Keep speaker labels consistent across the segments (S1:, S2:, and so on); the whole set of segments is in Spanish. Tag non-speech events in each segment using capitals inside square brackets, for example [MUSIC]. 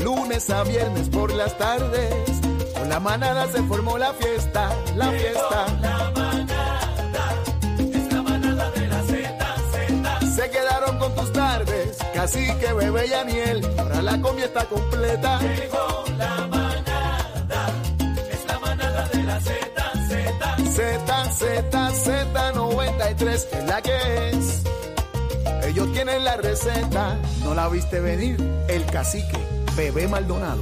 S1: lunes a viernes por las tardes. Con la manada se formó la fiesta, la fiesta.
S2: La manada, es la manada de la Z, Z.
S1: Se quedaron con tus tardes, cacique, bebé y Aniel. Ahora la comida está completa.
S2: Llegó la manada, es la manada de la Z, Z.
S1: ZZZ93 es la que es. Ellos tienen la receta, no la viste venir. El cacique, bebé Maldonado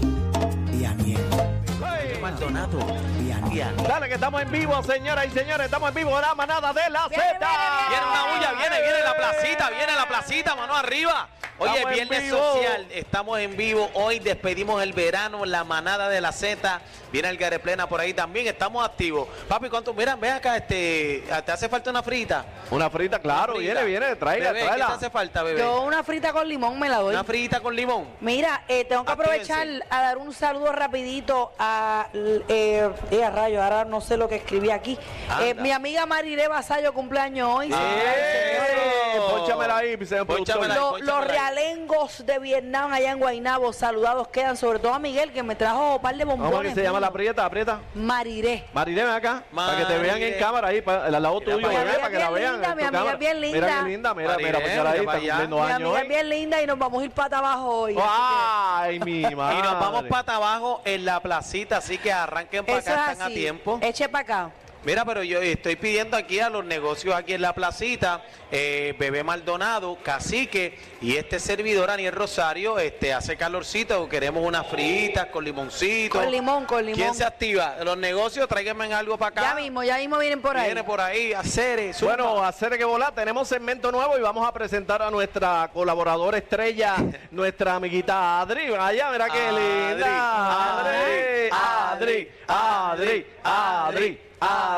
S1: y Aniel.
S3: Maldonado.
S1: Y Aniel.
S4: Dale, que estamos en vivo, señoras y señores. Estamos en vivo, la manada de la
S5: Viene, viene,
S4: Z.
S3: Viene una bulla, viene, viene la placita, viene la placita, mano arriba. Oye,
S4: Estamos en
S3: viernes
S4: vivo.
S3: social, estamos en vivo. Hoy despedimos el verano, la manada de la Z. Viene el Gareplena por ahí también, estamos activos. Papi, ¿cuánto? Mira, ve acá, este, ¿te hace falta una frita?
S4: Una frita, claro,
S3: Una frita.
S4: viene, viene, tráela,
S3: Bebé, ¿qué
S4: tráela.
S3: te hace falta, bebé?
S5: Yo una frita con limón me la doy.
S3: Una frita con limón.
S5: Mira, eh, tengo que
S3: Actívense.
S5: aprovechar a dar un saludo rapidito a, l- eh, eh, a rayo, ahora no sé lo que escribí aquí.
S3: Anda.
S5: Eh, mi amiga Marilé Basayo cumpleaños hoy. señores.
S4: ¡Eh!
S3: Eso.
S4: Pónchamela ahí, señor
S3: Pónchamela
S4: productor.
S5: Lo-
S3: Poncha
S5: los
S3: por Ah, ahí.
S5: realengos de Vietnam allá en Guaynabo, saludados quedan, sobre todo a Miguel, que me trajo un par de bombones.
S4: ¿Cómo es que se llama la
S5: prima?
S4: prieta? Aprieta.
S5: Mariré.
S4: Marilena, ven acá, para que te vean
S3: Marilé.
S4: en cámara ahí, para, al lado tuyo,
S3: eh. para
S4: bebé,
S5: allá.
S4: para que la
S5: Bien
S4: vean.
S5: linda,
S4: en
S5: mi
S4: tu
S5: amiga
S4: cámara.
S5: es bien
S4: Mira,
S5: linda.
S4: qué linda, mira,
S3: Marilé,
S4: mira, pónchala ahí,
S3: mira para
S4: está
S3: allá.
S4: cumpliendo
S5: Mi
S4: años
S5: amiga
S3: ¿eh?
S5: es
S4: hoy.
S5: bien linda y nos vamos a ir para abajo hoy. así que-
S4: ¡Ay, mi madre!
S3: Y nos vamos para abajo en la placita, así que arranquen para
S5: Eso es
S3: acá, están
S5: así.
S3: a tiempo.
S5: Eche para acá.
S3: Mira, pero yo estoy pidiendo aquí a los negocios aquí en la placita, eh, Bebé Maldonado, Cacique y este servidor Aniel Rosario, este hace calorcito, queremos unas fritas con limoncito.
S5: Con limón, con limón.
S3: ¿Quién se activa? Los negocios, tráiganme algo para acá.
S5: Ya mismo, ya mismo vienen por ahí.
S3: Viene por ahí, hacer
S4: Bueno, hacer que volar, tenemos segmento nuevo y vamos a presentar a nuestra colaboradora
S3: [LAUGHS]
S4: estrella, nuestra amiguita Adri. Vaya, mira qué
S3: Adri,
S4: linda.
S3: Adri,
S4: Adri, Adri, Adri, Adri.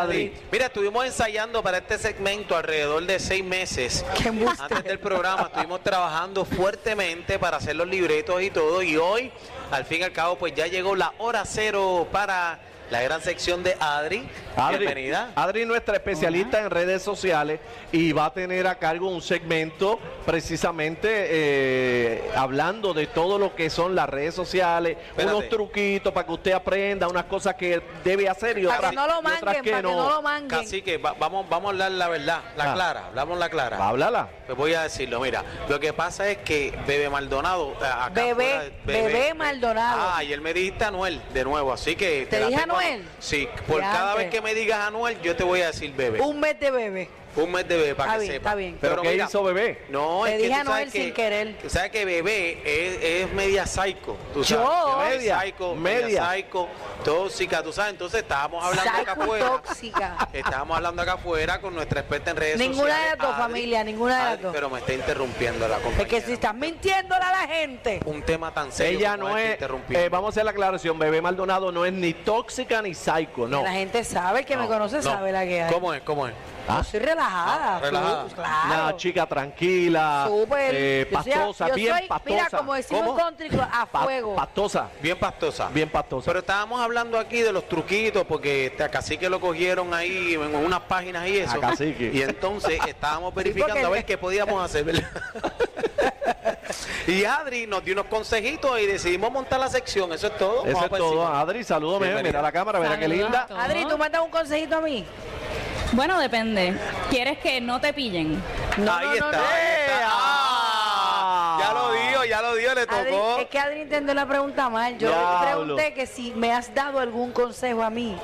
S3: Mira, estuvimos ensayando para este segmento alrededor de seis meses.
S5: Qué embuste.
S3: Antes del programa estuvimos trabajando fuertemente para hacer los libretos y todo. Y hoy, al fin y al cabo, pues ya llegó la hora cero para la gran sección de Adri.
S4: Adri,
S3: Bienvenida.
S4: Adri, nuestra especialista en redes sociales y va a tener a cargo un segmento precisamente eh, hablando de todo lo que son las redes sociales,
S3: Espérate.
S4: unos truquitos para que usted aprenda unas cosas que debe hacer y
S5: Para
S4: otras,
S5: que no lo
S4: y otras
S5: manguen, para que no lo manguen.
S3: Así que va- vamos, vamos a hablar la verdad, la
S4: Ah.
S3: clara, hablamos la clara.
S4: Háblala.
S3: Pues voy a decirlo, mira, lo que pasa es que Bebe Maldonado, eh, acá
S5: Bebé,
S3: fuera de-
S5: Bebé Maldonado.
S3: Ah, ayer me dijiste Anuel de nuevo, así que...
S5: ¿Te
S3: la
S5: dije
S3: tengo a-
S5: Anuel?
S3: Sí, por
S5: Ya,
S3: cada
S5: hombre.
S3: vez que me digas Anuel, yo te voy a decir
S4: pues.
S3: Bebé. Un,
S5: Un mes de bebé.
S3: mes de Bebé, para
S5: Está
S3: que
S5: bien,
S3: sepa.
S5: está bien.
S4: ¿Pero qué
S3: mira,
S4: hizo Bebé?
S3: No,
S5: Te
S3: es que
S5: dije
S3: tú sabes
S5: Anuel sin
S3: que-
S5: querer.
S3: tú sabes que Bebé es, es media psycho, tú sabes.
S5: Yo.
S3: Bebé es
S4: Media,
S3: psycho,
S4: media.
S3: psycho, tóxica, tú sabes. Entonces estábamos hablando acá
S5: Psycho
S3: afuera.
S4: [LAUGHS]
S5: tóxica.
S3: Estábamos hablando acá afuera con nuestra experta en redes
S5: Ninguna
S3: sociales.
S5: de las dos,
S3: Adri.
S5: familia, ninguna de las
S3: Adri,
S5: dos.
S3: Pero me está interrumpiendo la compañera.
S5: Es que si estás mintiéndole a la gente.
S3: Un tema tan serio.
S4: Ella
S3: como
S4: no
S3: este
S4: es,
S3: interrumpiendo.
S4: eh, vamos a hacer la aclaración, bebé Maldonado no es ni tóxica ni psycho, no.
S5: La gente sabe, el que me
S3: No,
S5: conoce
S3: no.
S5: sabe la que hay.
S3: ¿Cómo es? ¿Cómo es?
S4: Ah,
S5: Yo soy relajada.
S3: Ah, relajada.
S5: tú, claro.
S4: Una chica tranquila,
S5: Súper.
S4: eh,
S5: Yo soy-
S4: pastosa,
S5: yo
S4: bien
S5: soy-
S4: pastosa.
S5: Mira, como decimos en
S4: ¿Cómo?
S5: country, club, a
S4: Pa-
S5: fuego.
S4: pastosa,
S3: Bien pastosa.
S4: bien pastosa.
S3: Pero estábamos hablando aquí de los truquitos, porque este, a Cacique lo cogieron ahí en unas páginas y eso.
S4: A Cacique.
S3: Y entonces estábamos
S5: porque
S3: verificando a ver
S5: él-
S3: qué podíamos hacer,
S5: [LAUGHS]
S3: ¿verdad? y Adri nos dio unos consejitos y decidimos montar la sección. Eso es todo.
S4: Eso
S3: Vamos
S4: es
S3: para
S4: todo.
S3: encima.
S4: Adri, saludos, mira,
S3: Bienvenida.
S4: mira la cámara, mira qué
S6: Saludos a
S4: linda.
S6: todos.
S5: Adri, ¿tú me das un consejito a mí?
S6: Bueno, depende. ¿Quieres que no te pillen?
S3: ahí, está,
S5: no. ¡Eh!
S3: ahí está. Ah, ya lo dio, ya lo dio, le
S5: Adri,
S3: tocó.
S5: es que Adri entendió la pregunta mal. Yo
S4: Diablo.
S5: pregunté que si me has dado algún consejo a mí.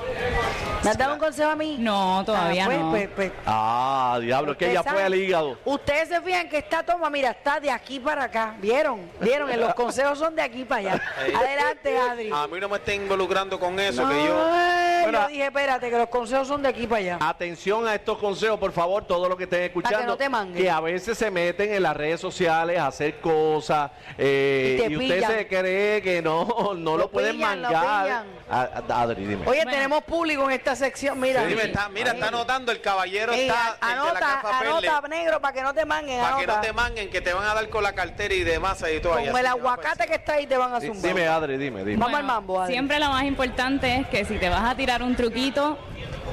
S5: ¿Me has dado un consejo a mí?
S6: No, todavía
S5: Ah, pues,
S6: no.
S5: pues, pues,
S4: Ah, diablo, es que ella
S5: ustedes
S4: fue al
S5: saben-
S4: hígado.
S5: Ustedes se fijan que esta toma, mira, está de aquí para acá. ¿Vieron? ¿Vieron? En los consejos son de aquí para
S3: [LAUGHS]
S5: allá.
S3: Ahí.
S5: Adelante, Adri.
S3: A mí no me está involucrando con eso, Ah, que yo... ah.
S5: Ay, yo
S4: Bueno,
S5: dije, espérate, que los consejos son de aquí para allá.
S4: Atención a estos consejos, por favor, todo lo que estén escuchando.
S5: no te manguen.
S4: que a veces se meten en las redes sociales a hacer cosas eh,
S5: Y te
S4: y, usted
S5: pillan.
S4: se cree que no, no lo,
S5: Lo
S4: pueden
S5: pillan, lo
S4: mangar.
S5: pillan.
S4: A- a- Adri, dime.
S5: Oye,
S6: Bueno.
S5: tenemos público en esta sección, mira.
S3: Dime, está- mira, está anotando, el caballero
S5: Ey,
S3: está... el de la
S5: anota,
S3: capa verde.
S5: anota, negro, para que no te manguen,
S3: Para que no
S5: anota.
S3: te manguen, que te van a dar con la cartera y demás y todo.
S5: Con
S3: ahí, así que
S5: el
S3: va
S5: aguacate
S3: para
S5: que está ahí te van a
S4: Di-
S5: zumbar.
S4: Dime,
S3: ah.
S4: Adri, dime, dime.
S5: Vamos al mambo, Adri.
S6: Siempre lo más importante es que si te vas a tirar un truquito,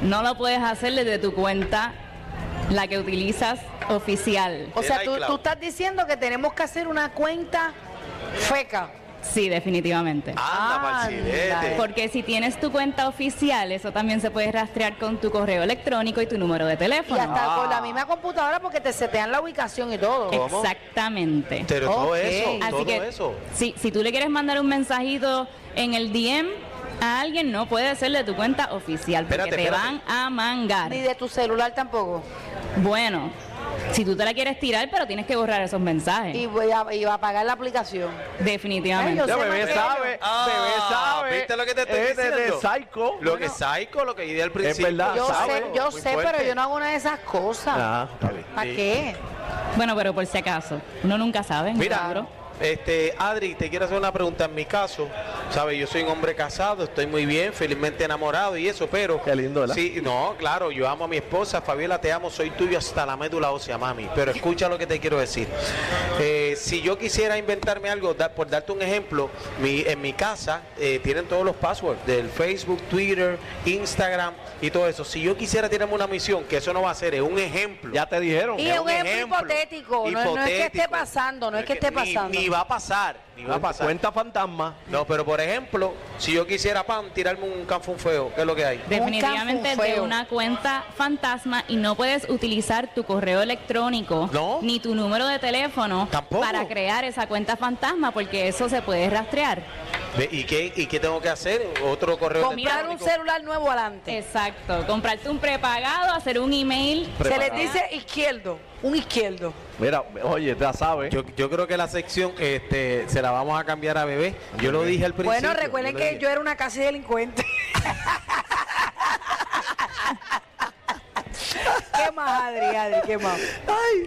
S6: no lo puedes hacer desde tu cuenta, la que utilizas oficial.
S5: O sea,
S3: Era
S5: tú,
S3: iCloud.
S5: tú estás diciendo que tenemos que hacer una cuenta feca.
S6: Sí, definitivamente.
S3: Anda, parcidete.
S6: Porque si tienes tu cuenta oficial, eso también se puede rastrear con tu correo electrónico y tu número de
S5: Y
S6: teléfono.
S5: hasta
S3: Ah.
S5: con la misma computadora porque te setean la ubicación y todo.
S3: ¿Cómo?
S6: Exactamente.
S3: Pero todo
S5: Ok.
S3: eso,
S6: Así
S3: todo
S6: que
S3: eso.
S6: sí, si tú le quieres mandar un mensajito en el DM a alguien, no puede ser de tu cuenta oficial, porque
S3: Espérate,
S6: te
S3: espérate.
S6: van a mangar.
S5: Ni de tu celular tampoco.
S6: Bueno, si tú te la quieres tirar, pero tienes que borrar esos mensajes.
S5: Y voy a, y va a apagar la aplicación.
S6: Definitivamente.
S5: Yo
S4: Ya
S5: sé
S4: bebé
S5: más que
S4: sabe,
S3: Ah,
S4: bebé sabe.
S3: ¿Viste lo que te estoy
S4: es de- de
S3: diciendo?
S4: psycho.
S3: Lo que es psycho, lo que idea al principio.
S4: verdad, Ah,
S5: yo
S4: sabe,
S5: sé, yo
S3: muy
S5: sé,
S3: fuerte.
S5: pero yo no hago una de esas cosas.
S4: Ah, está bien.
S5: ¿Para
S3: Sí.
S5: qué?
S6: Bueno, pero por si acaso, uno nunca sabe.
S3: Mira,
S6: seguro.
S3: este, Adri, te quiero hacer una pregunta. En mi caso, sabes, yo soy un hombre casado, estoy muy bien, felizmente enamorado y eso, pero.
S4: Qué lindo, ¿verdad?
S3: Sí, no, claro, yo amo a mi esposa, Fabiola, te amo, soy tuyo hasta la médula ósea, mami. Pero escucha lo que te quiero decir. Eh, si yo quisiera inventarme algo, da- por darte un ejemplo, mi, en mi casa eh, tienen todos los passwords del Facebook, Twitter, Instagram y todo eso. Si yo quisiera tirarme una misión, que eso no va a ser, es un ejemplo.
S4: Ya te dijeron.
S5: Y
S3: Es
S5: es
S3: un
S5: un ejemplo
S3: ejemplo.
S5: hipotético, no es- no es que
S3: Hipotético.
S5: esté pasando, no es que esté
S3: ni-
S5: pasando.
S3: Ni, va a pasar, ni va a pasar.
S4: Ah, Cuenta fantasma.
S3: No, pero por ejemplo, si yo quisiera pan, tirarme un canfón feo, ¿qué es lo que hay?
S6: Definitivamente
S5: canfunfeo.
S6: de una cuenta fantasma y no puedes utilizar tu correo electrónico
S3: No.
S6: ni tu número de teléfono
S3: Tampoco.
S6: para crear esa cuenta fantasma porque eso se puede rastrear.
S3: Ve, ¿Y qué, y qué tengo que hacer? Otro correo
S5: Comprar un
S3: electrónico?
S5: celular nuevo adelante.
S6: Exacto, comprarte un prepagado, hacer un email.
S5: Se les
S4: Preparado.
S5: dice izquierdo, un izquierdo.
S4: Mira, oye, ya sabes.
S3: Yo, yo creo que la sección este, se la vamos a cambiar a bebé. Yo lo dije al principio.
S5: Bueno, recuerden
S3: lo
S5: que
S3: dije.
S5: yo era una casi delincuente. [LAUGHS] ¿Qué más, Adri, Adri? ¿Qué más?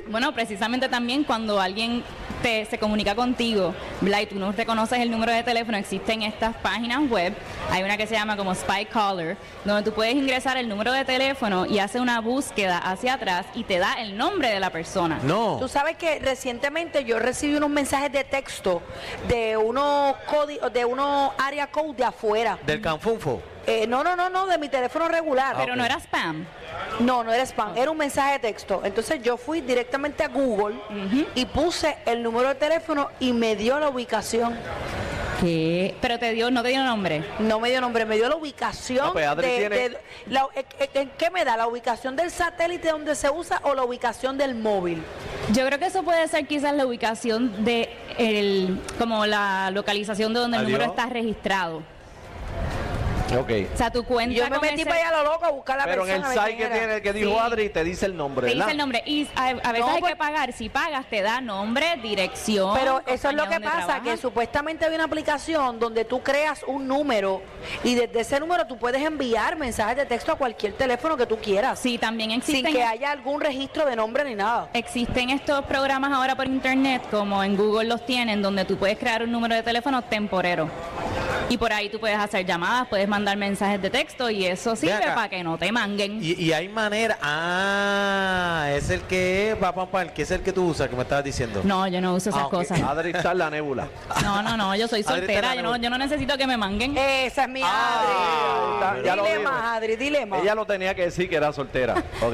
S6: Bueno, precisamente también cuando alguien te, se comunica contigo, ¿verdad? Y tú no reconoces el número de teléfono, existen estas páginas web. Hay una que se llama como Spy Caller, donde tú puedes ingresar el número de teléfono y hace una búsqueda hacia atrás y te da el nombre de la persona.
S5: Tú
S3: No.
S5: sabes que recientemente yo recibí unos mensajes de texto de unos códigos, de unos área code de afuera.
S3: Del canfunfo.
S5: Eh, no, no, no, no, de mi teléfono regular.
S4: Ah.
S6: Pero no era spam.
S5: No, no era spam, era un mensaje de texto. Entonces yo fui directamente a Google y puse el número de teléfono y me dio la ubicación.
S6: ¿Qué? Pero te dio, no te dio nombre.
S5: No me dio nombre, me dio la ubicación.
S4: No, pues, Adri
S5: de-
S4: tiene-
S5: de- la- eh, eh, ¿En qué me da? ¿La ubicación del satélite donde se usa o la ubicación del móvil?
S6: Yo creo que eso puede ser quizás la ubicación de el, como la localización de donde el
S4: Adiós.
S6: número está registrado.
S4: Ok.
S6: O sea, tu cuenta
S5: Yo me
S6: con
S5: metí
S6: ese-
S5: para allá a lo loco a buscar la
S4: Pero en
S5: persona.
S4: el
S5: a ver
S4: site
S5: quién
S4: que
S5: era.
S4: tiene, que dijo
S6: Sí.
S4: Adri, te dice el nombre,
S6: Te
S4: ¿verdad?
S6: dice el nombre. Y a, a veces
S5: No,
S6: hay
S5: pues-
S6: que pagar. Si pagas, te da nombre, dirección.
S5: Pero eso es
S6: compañía
S5: lo que
S6: donde
S5: pasa, que
S6: trabajas.
S5: supuestamente hay una aplicación donde tú creas un número y desde ese número tú puedes enviar mensajes de texto a cualquier teléfono que tú quieras.
S6: Sí, también
S5: sin
S6: existen,
S5: que haya algún registro de nombre ni nada.
S6: existen estos programas ahora por internet, como en Google los tienen, donde tú puedes crear un número de teléfono temporero. Y por ahí tú puedes hacer llamadas, puedes mandar mensajes de texto y eso sirve
S3: acá.
S6: para que no te manguen.
S3: Y, y hay manera. Ah, es el que va papá, el que es el que tú usas, que me estabas diciendo.
S6: No, yo no uso esas
S3: Ah, ok.
S6: cosas.
S4: Adri está en la nébula.
S6: No, no, no,
S3: [LAUGHS]
S6: yo soy
S3: Adri, te la
S6: soltera, yo no,
S3: devuelvo.
S6: yo no necesito que me manguen.
S5: Esa es mi
S4: Ah,
S5: Adri.
S4: ya lo
S5: dilema,
S4: dijo.
S5: Adri, dilema.
S4: Ella lo tenía que decir que era soltera. [LAUGHS] Ok.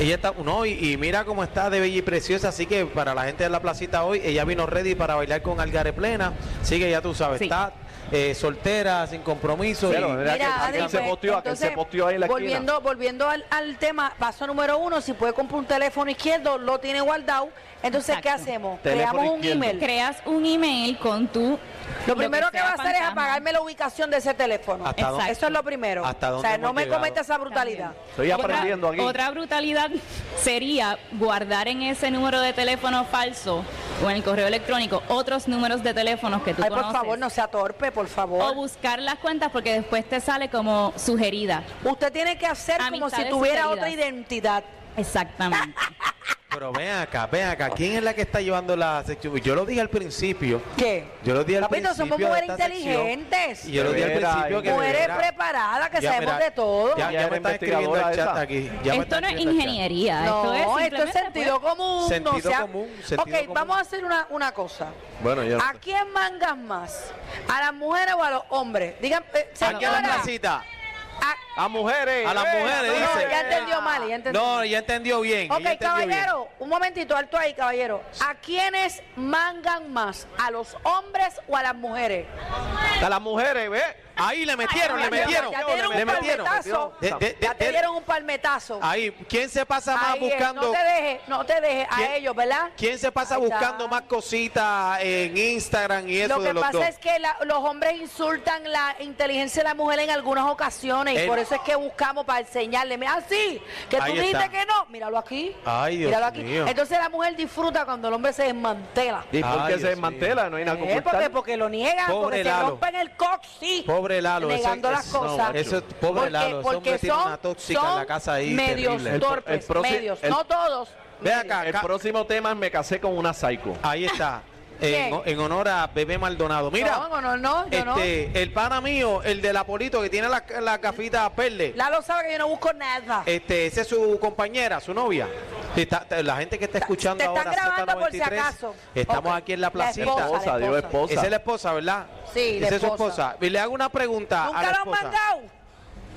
S3: Ella está, no, y, y mira cómo está de bella y preciosa, así que para la gente de la placita hoy, ella vino ready para bailar con Algaré Plena, así que ya tú sabes,
S6: Sí.
S3: está eh, soltera, sin compromiso.
S4: Pero, eh.
S3: y-
S4: mira, que- aquel se
S5: pues,
S4: posteó, aquel se
S5: entonces,
S4: posteó ahí en la esquina.
S5: volviendo, Volviendo al, al tema, paso número uno, si puede comprar un teléfono izquierdo, lo tiene guardado. Entonces, ¿qué
S6: Exacto.
S5: hacemos?
S4: Teléfono
S5: Creamos un
S4: izquierdo.
S5: email.
S6: Creas un email con tu...
S5: Lo primero que,
S6: sea
S5: va a hacer es
S6: fantasma.
S5: apagarme la ubicación de ese teléfono.
S3: Hasta
S6: dónde-
S5: Eso es lo primero.
S3: hasta
S5: o
S3: dónde
S5: sea,
S3: hemos
S5: no me
S3: llegado.
S5: cometa esa brutalidad.
S4: Estoy aprendiendo aquí.
S6: otra, otra brutalidad sería guardar en ese número de teléfono falso o en el correo electrónico otros números de teléfonos que tú
S5: Ay, por
S6: conoces.
S5: favor, no sea torpe, por
S6: O
S5: favor.
S6: buscar las cuentas porque después te sale como sugerida.
S5: Usted tiene que hacer como si
S6: Amistades
S5: tuviera
S6: sugeridas.
S5: otra identidad.
S6: Exactamente.
S3: pero ven acá, ven acá, ¿quién es la que está llevando la sección? Yo lo dije al principio.
S5: ¿Qué?
S3: Yo lo dije al
S5: Papito,
S3: principio.
S5: somos
S3: de
S5: mujeres
S3: esta sección,
S5: inteligentes.
S3: y yo lo dije al
S4: Vera,
S3: principio que. de
S5: Mujeres
S3: veras-
S5: preparadas, que
S3: Ya,
S5: sabemos
S3: mira,
S5: de todo.
S3: Ya, ya
S4: Ella
S3: me
S4: era
S3: está escribiendo el
S4: investigadora
S3: chat
S4: esa.
S3: aquí. ya me
S6: esto
S3: está
S6: no es
S3: escribiendo el chat.
S6: ingeniería.
S5: No,
S6: Ah, esto
S5: esto
S6: es,
S5: es, sentido
S6: simplemente, pues,
S5: común.
S3: Sentido
S5: no sea-
S3: común, sentido
S5: ok,
S3: común. pues.
S5: vamos a hacer una, una cosa.
S4: Bueno, yo
S5: ¿A quién mangas más? ¿A las mujeres o a los hombres? Digan, eh,
S3: Aquí en la
S5: señora,
S3: placita.
S5: Ah,
S4: A mujeres.
S3: A las
S4: ¡Eh!
S3: mujeres,
S5: no,
S3: dice.
S5: ya entendió mal, ya entendió.
S3: No, ya entendió bien.
S5: Ok,
S3: ella entendió bien.
S5: caballero, un momentito, alto ahí, caballero. ¿A quiénes mangan más? ¿A los hombres o a las mujeres?
S4: A las mujeres, ve.
S3: Ahí le metieron,
S5: Ya
S3: le metieron.
S5: Ya te dieron
S3: Le
S5: un
S3: metieron.
S5: palmetazo.
S3: De- de-
S5: Ya
S3: de-
S5: te
S3: de-
S5: dieron un palmetazo.
S3: Eh, Ahí, ¿quién se pasa más
S5: Ahí es,
S3: buscando?
S5: No te dejes, no te dejes
S3: ¿Quién-
S5: a ellos, ¿verdad?
S3: ¿Quién se pasa
S5: Ahí está.
S3: buscando más cositas en Instagram y eso
S5: Lo que
S3: de los
S5: pasa
S3: dos?
S5: es que la- los hombres insultan la inteligencia de la mujer en algunas ocasiones
S3: El-
S5: y por eso es que buscamos para enseñarle. Mira, ah, sí, que tú
S3: Ahí
S5: dijiste
S3: está.
S5: que no. Míralo aquí.
S3: Ay, Dios
S5: míralo aquí.
S3: mío.
S5: Entonces la mujer disfruta cuando el hombre se desmantela.
S4: Y
S3: Ay,
S4: porque
S3: Dios
S4: se desmantela, no hay nada que
S5: Eh, porque,
S4: ocultar.
S5: porque lo niegan,
S3: Pobre
S5: porque
S3: Lalo.
S5: se rompen el coxi.
S3: Pobre Lalo, eh, eso-
S5: Negando las
S3: eso- no,
S5: cosas.
S3: macho. Eso es- pobre Lalo, ese hombre tiene una tóxica en
S5: son
S3: la casa ahí,
S5: Medios
S3: terrible. El
S4: pro- el
S5: torpes,
S4: proxi-
S5: medios.
S4: el-
S5: no todos.
S3: Ve
S5: medios.
S3: acá,
S4: El
S3: ca-
S4: próximo tema es me casé con una psycho.
S3: ahí está. En,
S5: ¿Quién?
S3: en honor a Bebé Maldonado. Mira,
S5: No, no, no, no, yo no.
S3: este, el pana mío, el del Apolito, que tiene las la gafitas perle,
S5: Lalo sabe que yo no busco nada.
S3: este, esa es su compañera, su novia. Sí, está- está- la gente que está escuchando
S5: te están
S3: ahora
S5: grabando por si
S3: Z93,
S5: acaso.
S3: Estamos
S5: Ok.
S3: aquí en la placita.
S5: esposa,
S4: Esposa, digo esposa.
S3: Esa es la esposa, ¿verdad?
S5: Sí, la
S3: Esa es su
S5: esposa.
S3: esposa. Y le hago una pregunta a la
S5: Nunca lo han
S3: esposa.
S5: mandado.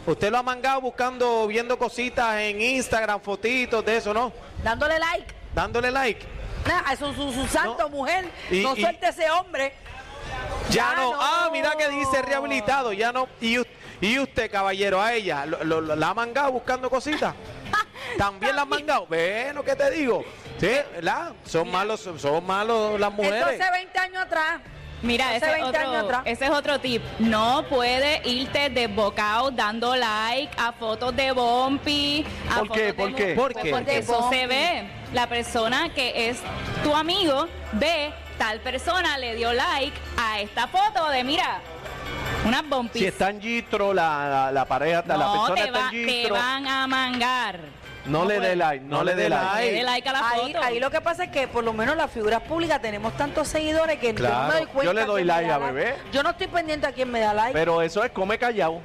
S3: Usted lo ha mangado buscando, viendo cositas en Instagram, fotitos de eso, ¿no?
S5: Dándole like.
S3: Dándole like.
S5: Nah, es un, su, su santo, mujer.
S3: Y-
S5: no
S3: y-
S5: suelte ese hombre.
S3: Ya
S5: Ya
S3: no.
S5: no.
S3: Ah, mira que dice rehabilitado, ya no. Y, u- y usted, caballero, a ella, lo- lo- lo- ¿la ha mangado buscando cositas?
S5: [LAUGHS]
S3: También la han mangado. Ve lo que te digo. Sí, ¿verdad? Son malos, son malos las mujeres.
S5: Entonces, 20 años atrás.
S6: Mira,
S5: Hace
S6: ese es,
S5: 20 años atrás.
S6: otro, ese es otro tip. No puede irte de bocado dando like a fotos de Bompi. A
S4: ¿Por qué? ¿Por
S6: fotos de
S4: qué?
S6: mu-
S3: ¿Por
S6: pues
S3: qué?
S6: Porque
S5: De
S6: eso
S5: Bompi.
S6: se ve. La persona que es tu amigo ve, tal persona le dio like a esta foto de, mira, unas Bompis.
S4: Si está en Gitro, la, la, la pareja,
S6: no,
S4: la persona
S6: te,
S4: está
S6: va-
S4: en
S6: te
S4: Gitro.
S6: van a mangar.
S4: No, le dé
S6: puede.
S4: like, no, le dé like.
S6: Le dé like a la
S5: ahí,
S6: foto.
S5: ahí lo que pasa es que por lo menos las figuras públicas tenemos tantos seguidores que yo no
S4: Claro,
S5: me doy
S4: yo
S5: cuenta.
S4: le doy
S5: quién me
S4: like
S5: da
S4: a bebé.
S5: Yo no estoy pendiente a quién me da like.
S4: Pero eso es come callado.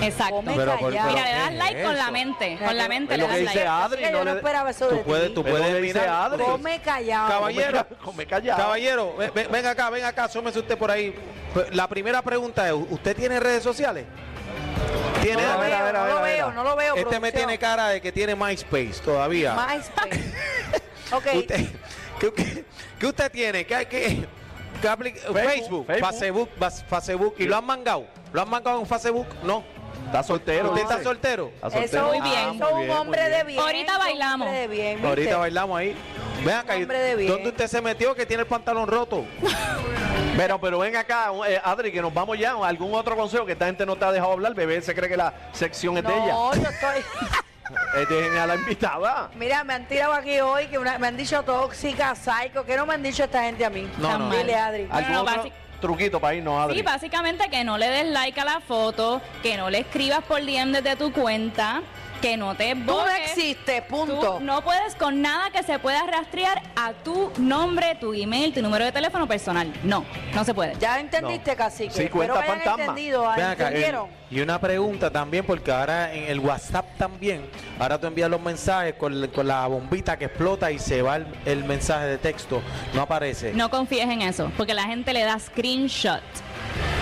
S6: Exacto.
S5: Come Pero- pero- callado.
S6: mira, le das
S3: ¿qué
S6: like
S3: es
S6: con la
S3: eso?
S6: mente. Con la mente
S4: Es
S6: le
S4: lo que
S6: das
S4: dice
S6: like.
S4: Adri.
S5: Es que
S4: no
S5: yo no
S4: le-
S5: esperaba eso de
S3: Tú puedes,
S5: ti.
S3: tú
S4: Pero
S3: puedes
S4: le dice
S3: mirar.
S4: Adri.
S5: Come callado.
S3: Caballero,
S4: Come callado.
S3: caballero, ve- ve- ven acá, ven acá, súmese usted por ahí. Pe- La primera pregunta es, ¿usted tiene redes sociales?
S5: no
S3: Tiene.
S5: lo
S4: A ver, a
S5: veo,
S4: ver, a
S5: no
S4: ver,
S5: lo
S4: a ver.
S5: veo, no lo veo.
S3: este me tiene cara de que tiene MySpace todavía.
S4: [LAUGHS]
S5: MySpace. ok.
S3: Usted- [LAUGHS] ¿qué, qué- qué usted tiene? ¿Qué, qué- qué apli-
S4: Facebook.
S3: Facebook, Facebook, Fas- Facebook, ¿Y lo han mangado? ¿Lo han mangado en Facebook? No.
S4: Está soltero.
S3: ¿Usted está
S4: dice.
S3: soltero?
S4: Está
S5: Eso
S4: soltero.
S5: muy
S6: Muy bien.
S5: bien. Eso un hombre de bien.
S6: Ahorita
S5: un hombre
S6: bailamos.
S5: de bien, ¿viste?
S3: Ahorita bailamos ahí. Ven acá,
S5: Hombre de bien.
S3: ¿dónde usted se metió que tiene el pantalón roto?
S5: [LAUGHS]
S4: Pero, pero ven acá, eh, Adri, que nos vamos ya. ¿Algún otro consejo que esta gente no te ha dejado hablar? Bebé se cree que la sección es de
S5: No,
S4: ella.
S5: yo estoy. [LAUGHS]
S4: Eh, dejen a la invitada.
S5: Mira, me han tirado aquí hoy que una- me han dicho tóxica, psycho. ¿Qué no me han dicho esta gente a mí?
S3: No, no.
S5: Dile, Adri.
S6: Al-
S4: ¿Algún
S6: no,
S4: otro
S6: basic-
S4: truquito para irnos, Adri?
S6: Sí, básicamente que no le des like a la foto, que no le escribas por DM desde tu cuenta, que no te
S5: Tú no
S6: borres.
S5: existes, punto.
S6: Tú no puedes con nada que se pueda rastrear a tu nombre, tu email, tu número de teléfono personal. No, no se puede.
S5: Ya entendiste, cacique.
S4: Sí, cuenta
S5: Espero que hayan
S4: fantasma.
S5: entendido.
S3: Ven acá,
S5: ¿Entendieron?
S3: eh, y una pregunta también, porque ahora en el WhatsApp también, ahora tú envías los mensajes con, la- con la bombita que explota y se va el, el mensaje de texto, no aparece.
S6: No confíes en eso, porque la gente le da screenshot.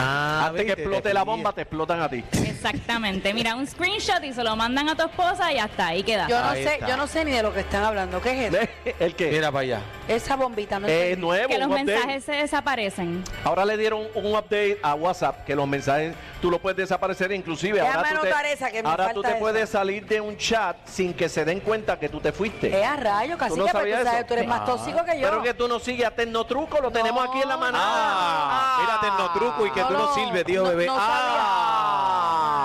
S3: Ah,
S4: Antes que
S3: viste,
S4: explote la
S3: te
S4: bomba, te explotan a ti.
S5: [LAUGHS]
S6: Exactamente. Mira, un screenshot y se lo mandan a tu esposa y hasta ahí queda.
S5: Yo no
S3: Ahí
S5: sé,
S3: está.
S5: yo no sé ni de lo que están hablando. ¿Qué es eso?
S4: ¿El
S3: pillé.
S4: qué?
S3: Mira para allá.
S5: Esa bombita no
S4: Eh, es
S5: entendí.
S4: nuevo,
S6: que los
S4: un update.
S6: mensajes se desaparecen.
S4: Ahora le dieron un update a WhatsApp que los mensajes tú lo puedes desaparecer inclusive.
S5: Déjame
S4: ahora tú te,
S5: anotar esa, que me
S4: ahora
S5: falta
S4: tú te
S5: esa.
S4: puedes salir de un chat sin que se den cuenta que tú te fuiste.
S5: Es a rayos,
S4: ¿Tú
S5: cacique,
S4: no
S5: pero tú
S4: sabías
S5: sabes,
S4: eso?
S5: tú eres más
S4: Ah.
S5: tóxico que yo.
S4: Pero que tú no sigues a Tecnotruco, lo tenemos
S5: No,
S4: aquí en la manada.
S3: Ah, mira Tecnotruco y que tú no sirves, tío bebé.
S5: No
S4: Ah.
S5: sabía.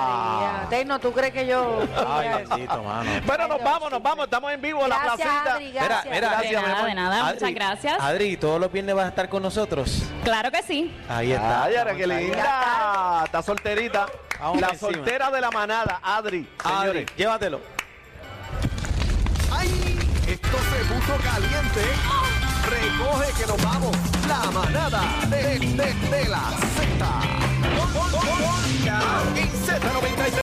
S5: María. Tecno, ¿tú crees que yo.?
S3: Ay, bendito, mano.
S4: Bueno, nos
S5: Ay,
S4: vamos,
S5: no,
S4: nos vamos, estamos en vivo en la
S5: Gracias,
S4: placita.
S5: Adri, gracias.
S3: Mira, mira,
S6: de
S4: gracias, mi
S6: nada,
S4: amor.
S6: de nada. Muchas gracias.
S3: Adri, todos los viernes vas a estar con nosotros.
S6: Claro que sí.
S3: Ahí está.
S4: Ay, ahora
S3: estamos
S4: que
S3: ahí.
S4: linda. Está solterita.
S3: Vamos
S4: la
S3: por encima.
S4: soltera de la manada, Adri.
S3: Adri,
S4: Señores.
S3: llévatelo.
S1: ¡Ay! Esto se puso caliente. Recoge que nos vamos. La manada de, de, de la Z. Con- con- con- con- En Z93.